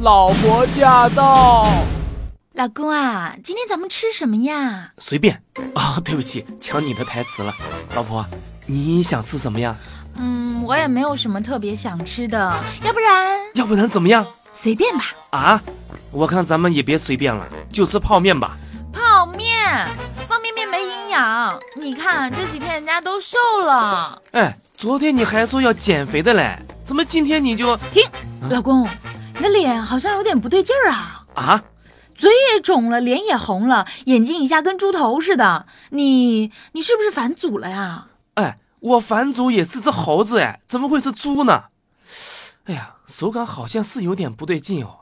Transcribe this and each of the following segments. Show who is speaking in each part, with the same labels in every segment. Speaker 1: 老婆驾到！
Speaker 2: 老公啊，今天咱们吃什么呀？
Speaker 3: 随便啊、 对不起，抢你的台词了，老婆，你想吃什么呀？
Speaker 2: 嗯，我也没有什么特别想吃的，要不然
Speaker 3: 要不然怎么样
Speaker 2: 随便吧。
Speaker 3: 啊？我看咱们也别随便了，就吃泡面吧。
Speaker 2: 泡面，方便面没营养。你看这几天人家都瘦了。
Speaker 3: 哎，昨天你还说要减肥的嘞，怎么今天你就
Speaker 2: 老公，你的脸好像有点不对劲儿啊，
Speaker 3: 啊？
Speaker 2: 嘴也肿了，脸也红了，眼睛一下跟猪头似的。你你是不是反祖了呀？
Speaker 3: 哎，我反祖也是只猴子哎，怎么会是猪呢？哎呀，手感好像是有点不对劲哦，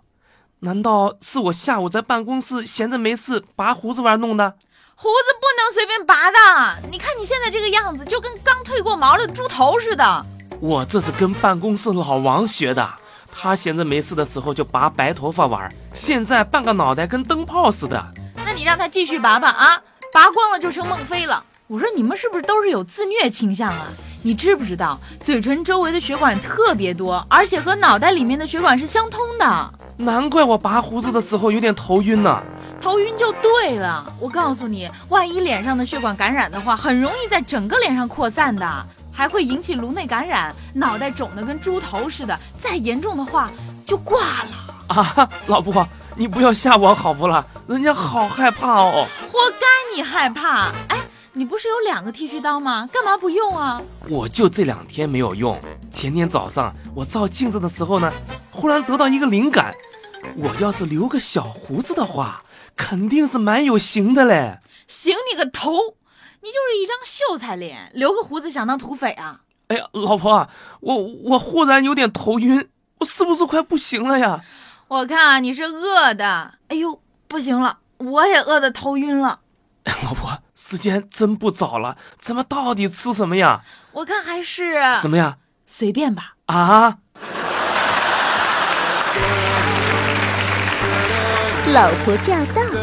Speaker 3: 难道是我下午在办公室闲着没事拔胡子玩弄的？
Speaker 2: 胡子不能随便拔的，你看你现在这个样子，就跟刚褪过毛的猪头似的。
Speaker 3: 我这是跟办公室老王学的，他闲着没事的时候就拔白头发玩，现在半个脑袋跟灯泡似的。
Speaker 2: 那你让他继续拔吧啊，拔光了就成孟非了。我说你们是不是都是有自虐倾向啊？你知不知道嘴唇周围的血管特别多，而且和脑袋里面的血管是相通的。
Speaker 3: 难怪我拔胡子的时候有点头晕呢、
Speaker 2: 头晕就对了，我告诉你，万一脸上的血管感染的话，很容易在整个脸上扩散的，还会引起颅内感染，脑袋肿得跟猪头似的，再严重的话就挂了。
Speaker 3: 啊，老婆，你不要吓我好不啦？人家好害怕哦。
Speaker 2: 活该你害怕！哎，你不是有两个剃须刀吗？干嘛不用啊？
Speaker 3: 我就这两天没有用。前天早上我照镜子的时候呢，忽然得到一个灵感，我要是留个小胡子的话，肯定是蛮有型的嘞。
Speaker 2: 行你个头！你就是一张秀才脸，留个胡子想当土匪啊？
Speaker 3: 哎呀，老婆，我我忽然有点头晕，我是不是快不行了呀？
Speaker 2: 我看啊，你是饿的。哎呦，不行了，我也饿得头晕了。
Speaker 3: 哎老婆，时间真不早了，咱们到底吃什么呀？
Speaker 2: 我看还是
Speaker 3: 什么呀？
Speaker 2: 随便吧。
Speaker 3: 啊？
Speaker 4: 老婆驾到。